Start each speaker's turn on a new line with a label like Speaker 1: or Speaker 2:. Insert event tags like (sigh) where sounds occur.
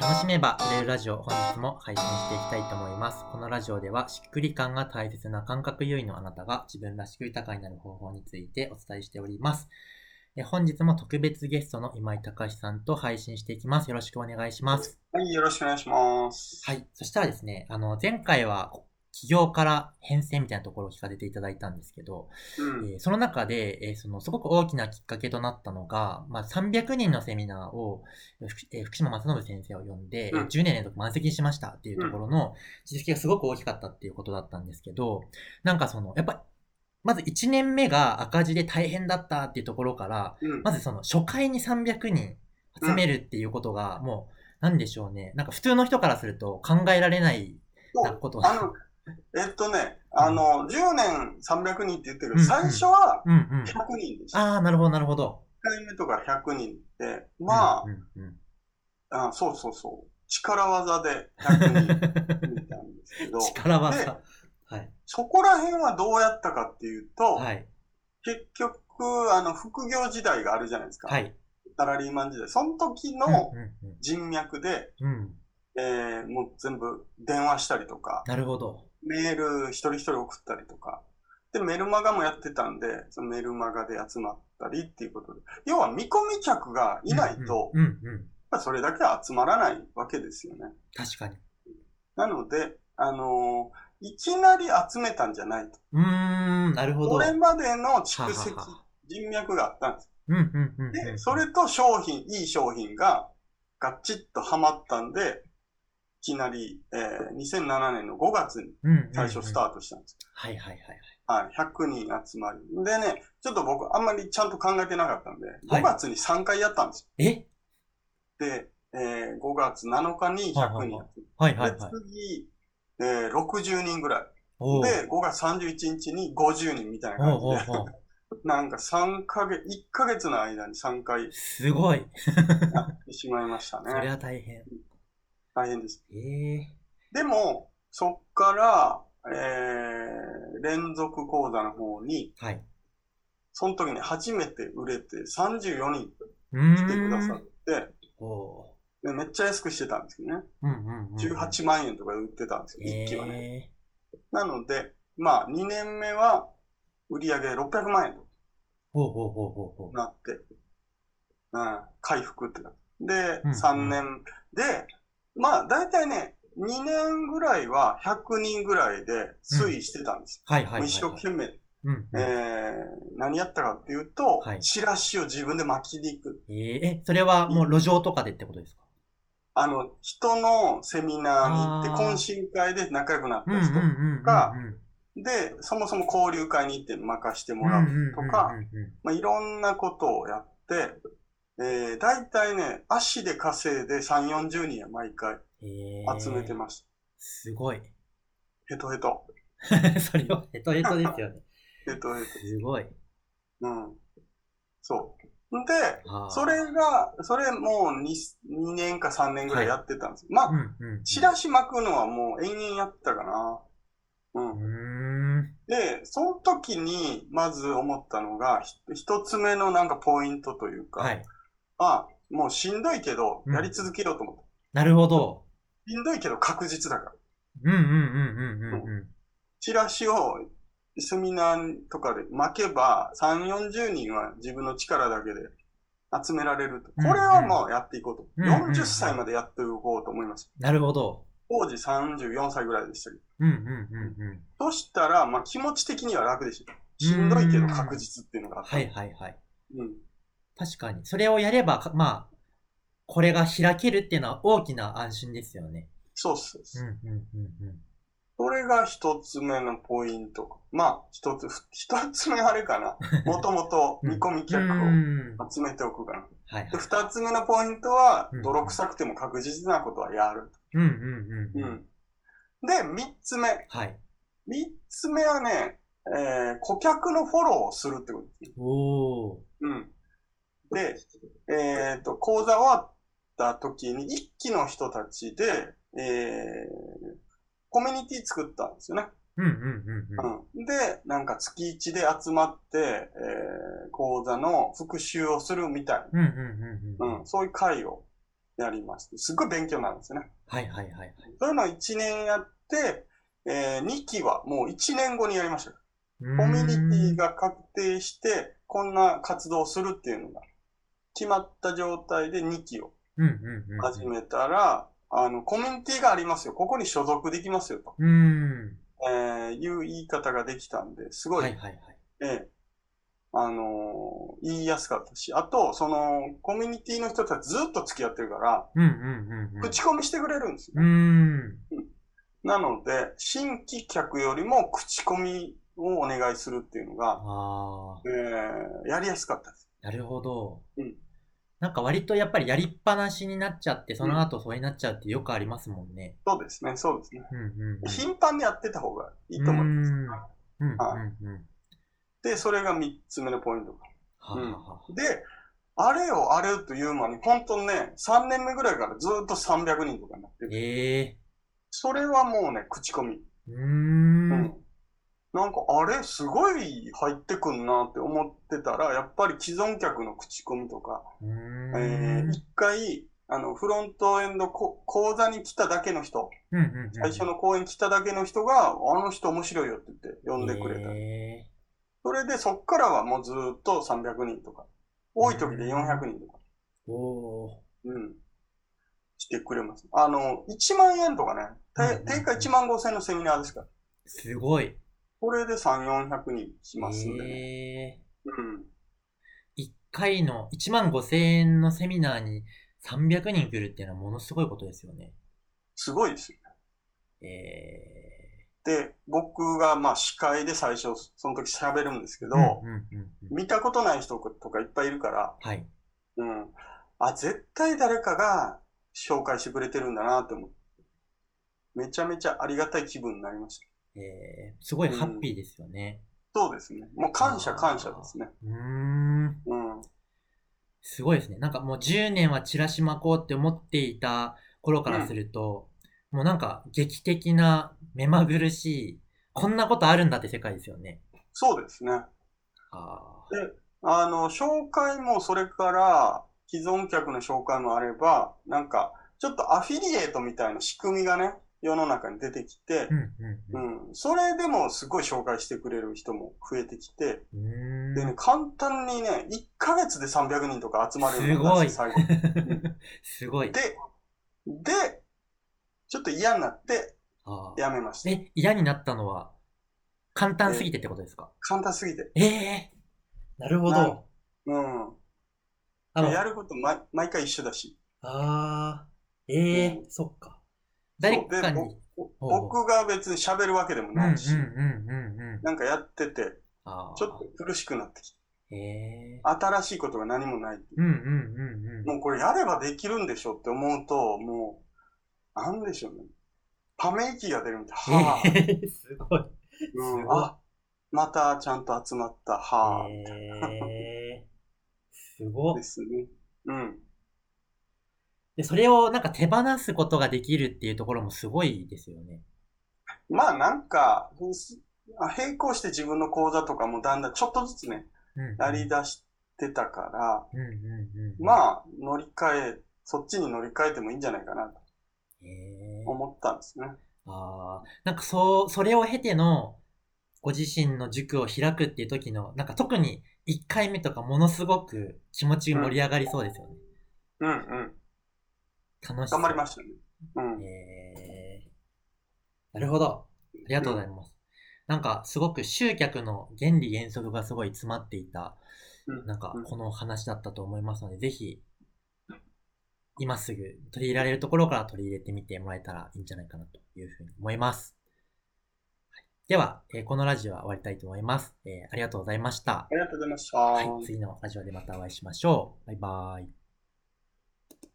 Speaker 1: 楽しめば売れるラジオ本日も配信していきたいと思います。このラジオではしっくり感が大切な感覚優位のあなたが自分らしく豊かになる方法についてお伝えしております。え本日も特別ゲストの今井隆さんと配信していきます。よろしくお願いします。
Speaker 2: はい、よろしくお願いします。
Speaker 1: はい。そしたらですね、あの、前回は起業から変遷みたいなところを聞かせていただいたんですけど、
Speaker 2: うん。
Speaker 1: えーその中で、えーそのすごく大きなきっかけとなったのが、まあ、300人のセミナーを、えー福えー福島正信先生を呼んで、えー
Speaker 2: うん
Speaker 1: 10年連続満席にしましたっていうところの実績がすごく大きかったっていうことだったんですけど、なんかその、やっぱ、まず1年目が赤字で大変だったっていうところから、
Speaker 2: うん。
Speaker 1: まずその初回に300人集めるっていうことが、もう、なんでしょうね。なんか普通の人からすると考えられない
Speaker 2: そ
Speaker 1: な
Speaker 2: う
Speaker 1: こと
Speaker 2: あの、えっとね、あの、10年300人って言ってるけど、最初は
Speaker 1: (laughs) うんうん。
Speaker 2: 100人でした。1
Speaker 1: ああ、なるほど、なるほど。
Speaker 2: 回目とか100人で、ま
Speaker 1: うんうんうん
Speaker 2: あ、あそうそうそう、力技で100人見たんですけど、
Speaker 1: (laughs) 力
Speaker 2: で
Speaker 1: 技。はい。
Speaker 2: そこら辺はどうやったかっていうと、
Speaker 1: はい。
Speaker 2: 結局、あの、副業時代があるじゃないですか。
Speaker 1: はい。
Speaker 2: サラリーマン時代。その時の
Speaker 1: うんうん
Speaker 2: 人脈で、
Speaker 1: うん、うん。
Speaker 2: えーもう全部電話したりとか、
Speaker 1: なるほど。
Speaker 2: メール一人一人送ったりとか。で、メルマガもやってたんで、そのメルマガで集まったりっていうことで。要は見込み客がいないと、やっ
Speaker 1: うんうんうん。
Speaker 2: ぱりそれだけ集まらないわけですよね。
Speaker 1: 確かに。
Speaker 2: なので、あのーいきなり集めたんじゃないと。
Speaker 1: うーん、なるほど。
Speaker 2: これまでの
Speaker 1: は
Speaker 2: 蓄積
Speaker 1: は、は
Speaker 2: 人脈があったんです。
Speaker 1: うんうんうんうん。
Speaker 2: で、それと商品、いい商品がガッチッとハマったんで、いきなり、えー2007年の5月に
Speaker 1: うんうんうん、
Speaker 2: 最初スタートしたんです。
Speaker 1: はいはいはいはい。
Speaker 2: はい、100人集まり。でね、ちょっと僕あんまりちゃんと考えてなかったんで、
Speaker 1: はい
Speaker 2: 5月に3回やったんです
Speaker 1: え
Speaker 2: よ。で、えー5月7日に100人集まり。
Speaker 1: はいはいはい
Speaker 2: で、。次、えー60人ぐらい。
Speaker 1: おう
Speaker 2: で、5月31日に50人みたいな
Speaker 1: おう
Speaker 2: 感
Speaker 1: おう
Speaker 2: じで、
Speaker 1: おう
Speaker 2: なんか3ヶ月、1ヶ月の間に3回
Speaker 1: すごい。
Speaker 2: やってしまいました
Speaker 1: それ
Speaker 2: ね。
Speaker 1: は大変。
Speaker 2: 大変です。
Speaker 1: ええ
Speaker 2: でも、そっから、えー連続講座の方に、
Speaker 1: はい。
Speaker 2: その時に初めて売れて34人
Speaker 1: うーん。
Speaker 2: 来てくださって、
Speaker 1: おう
Speaker 2: でめっちゃ安くしてたんですけどね。
Speaker 1: うんうんうん。
Speaker 2: 18万円とかで売ってたんですよ、一機はね。
Speaker 1: え
Speaker 2: なので、まあ、2年目は売り上げ600万円
Speaker 1: ー、
Speaker 2: と
Speaker 1: ほうほうほうほうほう。
Speaker 2: なって、うん、回復ってなって。で、
Speaker 1: うんうん
Speaker 2: 3年で、まあ、だいたいね、2年ぐらいは100人ぐらいで推移してたんです
Speaker 1: はいはいはい、
Speaker 2: よ。も
Speaker 1: は
Speaker 2: う
Speaker 1: い。
Speaker 2: 一生懸命、
Speaker 1: うんうん、
Speaker 2: えー、何やったかっていうと、
Speaker 1: はい
Speaker 2: チラシを自分で巻きに行く。
Speaker 1: えーえ、それはもう路上とかでってことですか
Speaker 2: あの、人のセミナーに行っ
Speaker 1: あ
Speaker 2: て、
Speaker 1: ー
Speaker 2: 懇親会で仲良くなっ
Speaker 1: うんう
Speaker 2: た
Speaker 1: ん
Speaker 2: 人
Speaker 1: うんうん。
Speaker 2: がで、そもそも交流会に行って任してもらうとか、
Speaker 1: うんうんうんうん
Speaker 2: まあ、いろんなことをやって、えー、大体ね、足で稼いで3、40人は毎回
Speaker 1: えー
Speaker 2: 集めてまし
Speaker 1: すごい。 (laughs)
Speaker 2: た。ヘトヘト。
Speaker 1: それはヘトヘトですよね。
Speaker 2: ヘトヘト。
Speaker 1: (laughs) すごい。
Speaker 2: うん。そう。んで、
Speaker 1: あー
Speaker 2: そ、れが、それもう 2, 2年か3年ぐらいやってたんです。
Speaker 1: う
Speaker 2: まあ、
Speaker 1: んうんうん、
Speaker 2: チラシ巻くのはもう延々やってたかな。うん
Speaker 1: う。ーん。
Speaker 2: で、その時に、まず思ったのが、ひ一つ目のなんかポイントというか、
Speaker 1: はい。
Speaker 2: あ、もうしんどいけど、
Speaker 1: うん
Speaker 2: やり続けようと思った。
Speaker 1: なるほど。
Speaker 2: しんどいけど確実だから。
Speaker 1: うんうんうんうんうんうん。
Speaker 2: チラシをセミナーとかで巻けば、3、40人は自分の力だけで集められると。
Speaker 1: うん
Speaker 2: これはもうやっていこうと。
Speaker 1: うんうんうん
Speaker 2: 40歳までやっていこうと思います。
Speaker 1: なるほど。
Speaker 2: 当時34歳ぐらいでしたけど。
Speaker 1: うんうんうんうん。
Speaker 2: そしたら、まあ気持ち的には楽でした。しんどいけど確実っていうのがあった。
Speaker 1: はいはいはい。
Speaker 2: うん
Speaker 1: 確かに。それをやればか、まあ、これが開けるっていうのは大きな安心ですよね。
Speaker 2: そうっす。
Speaker 1: うんうんうんうん。
Speaker 2: それが一つ目のポイント。まあ、一つ、ふ一つ目あれか
Speaker 1: (laughs)
Speaker 2: な。もともと見込み客
Speaker 1: う
Speaker 2: を
Speaker 1: ん。
Speaker 2: 集めておくかな。
Speaker 1: はいはい
Speaker 2: で、。二つ目のポイントは
Speaker 1: うん、
Speaker 2: 泥臭くても確実なことはやる。
Speaker 1: うんうんう
Speaker 2: うん
Speaker 1: うん。
Speaker 2: ん。で、三つ目。
Speaker 1: はい。
Speaker 2: 三つ目はね、えー顧客のフォローをするってことですね。
Speaker 1: おー。
Speaker 2: うん。で、えっ、と、講座終わった時に、一期の人たちで、えーコミュニティ作ったんですよね。
Speaker 1: うんうんうんうん。
Speaker 2: うん、で、なんか月1で集まって、えー講座の復習をするみたい
Speaker 1: うんうんうんう
Speaker 2: な、
Speaker 1: ん。
Speaker 2: うん、そういう会をやりまして、すっごい勉強なんですよね。
Speaker 1: はいはいはいはい。
Speaker 2: そういうのを1年やって、えー、2期はもう1年後にやりましたよ。
Speaker 1: うーん
Speaker 2: コミュニティが確定して、こんな活動をするっていうのが決まった状態で2期を
Speaker 1: うんうんうん。
Speaker 2: 始めたら、あの、コミュニティがありますよ。ここに所属できますよ、と、
Speaker 1: うーん。
Speaker 2: えーいう言い方ができたんで、すごい、
Speaker 1: はいはいはい。
Speaker 2: ええあのー言いやすかったし、あと、その、コミュニティの人たちずっと付き合ってるから、
Speaker 1: うんうんうんうん。
Speaker 2: 口コミしてくれるんですよ
Speaker 1: うーん。
Speaker 2: なので、新規客よりも口コミをお願いするっていうのが、
Speaker 1: ああ、
Speaker 2: えーやりやすかったです。
Speaker 1: なるほど。
Speaker 2: うん
Speaker 1: なんか割とやっぱりやりっぱなしになっちゃって、その後それになっちゃうってよくありますもんね。
Speaker 2: そうですね、そうですね。
Speaker 1: うんうんうん。
Speaker 2: 頻繁にやってた方がいいと思いま
Speaker 1: う
Speaker 2: す。
Speaker 1: ーんうん
Speaker 2: は
Speaker 1: うんうん。
Speaker 2: で、それが3つ目のポイント。
Speaker 1: はあはあはあ
Speaker 2: で、あれをあれをという間に、本当ね、3年目ぐらいからずっと300人とかになってる。
Speaker 1: ええ
Speaker 2: それはもうね、口コ
Speaker 1: ー。
Speaker 2: ミ。
Speaker 1: うー。
Speaker 2: うんんなんか、あれ、すごい入ってくんなって思ってたら、やっぱり既存客の口コミとか、
Speaker 1: うーん。
Speaker 2: えー一回、あの、フロントエンドこ講座に来ただけの人、
Speaker 1: うんうんうん。
Speaker 2: 最初の講演来ただけの人が、あの人面白いよって言って呼んでくれた。
Speaker 1: え
Speaker 2: それでそっからはもうずーっと300人とか、多い時で400人とか、
Speaker 1: ー、おー。
Speaker 2: うん、してくれます。あの、1万円とかね、
Speaker 1: うんうんうん
Speaker 2: て定価1万5千のセミナーですから、
Speaker 1: すごい。
Speaker 2: これで3、400人来ますんでね。
Speaker 1: えー。
Speaker 2: うん。
Speaker 1: 一回の1万5千円のセミナーに300人来るっていうのはものすごいことですよね。
Speaker 2: すごいですよ。
Speaker 1: え
Speaker 2: で、僕がまあ司会で最初、その時喋るんですけ
Speaker 1: ー。
Speaker 2: ど、
Speaker 1: うんうんうんうん。
Speaker 2: 見たことない人とかいっぱいいるから、
Speaker 1: はい。
Speaker 2: うん。あ、絶対誰かが紹介してくれてるんだなって思って。めちゃめちゃありがたい気分になりました。
Speaker 1: えー、すごいハッピーですよね。
Speaker 2: そうですね。もう感謝感謝ですね。
Speaker 1: うーん。
Speaker 2: うん。
Speaker 1: すごいですね。なんかもう10年はチラシ巻こうって思っていた頃からすると、もうなんか劇的な、目まぐるしい、こんなことあるんだって世界ですよね。
Speaker 2: そうですね。
Speaker 1: あ
Speaker 2: あの、紹介もそれから既存客の紹介もあれば、なんか、ちょっとアフィリエイトみたいな仕組みがね、世の中に出てき
Speaker 1: ー。
Speaker 2: て
Speaker 1: う、んうん
Speaker 2: う
Speaker 1: うん。
Speaker 2: ん。それでもすごい紹介してくれる人も増えてきて、
Speaker 1: う
Speaker 2: で
Speaker 1: ー
Speaker 2: ね
Speaker 1: ん、
Speaker 2: 簡単にね、1ヶ月で300人とか集まるようになったんですよ、最後。
Speaker 1: (laughs) すごい。
Speaker 2: で、で、ちょっと嫌になって
Speaker 1: あー
Speaker 2: やめました。
Speaker 1: え、嫌になったのは、簡単すぎてってことですか
Speaker 2: 簡単すぎて。
Speaker 1: ええーなるほ
Speaker 2: はい
Speaker 1: ど。
Speaker 2: うん。
Speaker 1: あの、
Speaker 2: や
Speaker 1: あ
Speaker 2: ること毎毎回一緒だし。
Speaker 1: あー、ええ
Speaker 2: う
Speaker 1: そっか。誰
Speaker 2: そう
Speaker 1: か
Speaker 2: で
Speaker 1: に、
Speaker 2: ぼ
Speaker 1: ほうほう
Speaker 2: 僕が別に喋るわけでも
Speaker 1: うんうん
Speaker 2: ないし、
Speaker 1: うんうんうん。
Speaker 2: なんかやってて、
Speaker 1: ああ。
Speaker 2: ちょっと苦しくなってきて、
Speaker 1: へえ
Speaker 2: 新しいことが何もないっていう
Speaker 1: うんうんうんうん。
Speaker 2: もうこれやればできるんでしょって思うと、もう、なんでしょうね。ため息が出るみたい。はぁ、
Speaker 1: えー、すごい。
Speaker 2: う
Speaker 1: す
Speaker 2: ん、
Speaker 1: ごい
Speaker 2: あ、またちゃんと集まった。はぁ、
Speaker 1: えー、すご
Speaker 2: で。すね。うん。
Speaker 1: で、それをなんか手放すことができるっていうところもすごいですよね。
Speaker 2: まあなんか、すあ並行して自分の講座とかもだんだんちょっとずつね、
Speaker 1: うん。
Speaker 2: やり出してたから、
Speaker 1: うんうんうん。あ。
Speaker 2: まあ乗り換え、そっちに乗り換えてもいいんじゃないかなと
Speaker 1: えー、
Speaker 2: 思ったんですね。
Speaker 1: ああ。なんかそう、それを経ての、ご自身の塾を開くっていう時の、なんか特に1回目とかものすごく気持ち盛り上がりそうですよね。
Speaker 2: うんうん。
Speaker 1: 楽しそう。
Speaker 2: 頑張りましたね。うん。
Speaker 1: えー、なるほど。ありがとうございます。なんか、すごく集客の原理原則がすごい詰まっていた、
Speaker 2: うん
Speaker 1: なんか
Speaker 2: う、ん
Speaker 1: このお話だったと思いますので、ぜひ、今すぐ取り入れられるところから取り入れてみてもらえたらいいんじゃないかなというふうに思います。はいでは、えーこのラジオは終わりたいと思います。えーありがとうございました
Speaker 2: あ。りがとうございました。
Speaker 1: はい、次のラジオでまたお会いしましょう。バイバイ。